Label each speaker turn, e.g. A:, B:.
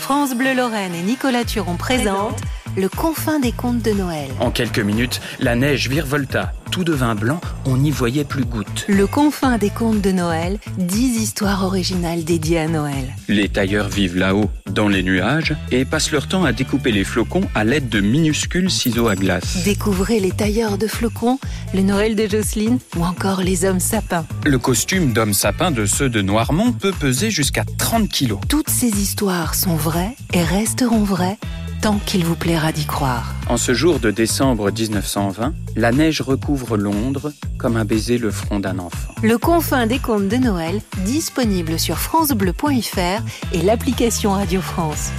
A: France Bleu Lorraine et Nicolas Turon présentent Le confin des contes de Noël.
B: En quelques minutes, la neige virevolta. Tout devint blanc, on n'y voyait plus goutte.
A: Le confin des contes de Noël, 10 histoires originales dédiées à Noël.
B: Les tailleurs vivent là-haut, dans les nuages, et passent leur temps à découper les flocons à l'aide de minuscules ciseaux à glace.
A: Découvrez les tailleurs de flocons, le Noël de Jocelyne ou encore les hommes sapins.
B: Le costume d'homme sapin de ceux de Noirmont peut peser jusqu'à 30 kilos.
A: Toutes ces histoires sont vraies et resteront vraies tant qu'il vous plaira d'y croire.
B: En ce jour de décembre 1920, la neige recouvre Londres comme un baiser le front d'un enfant.
A: Le confin des contes de Noël, disponible sur francebleu.fr et l'application Radio France.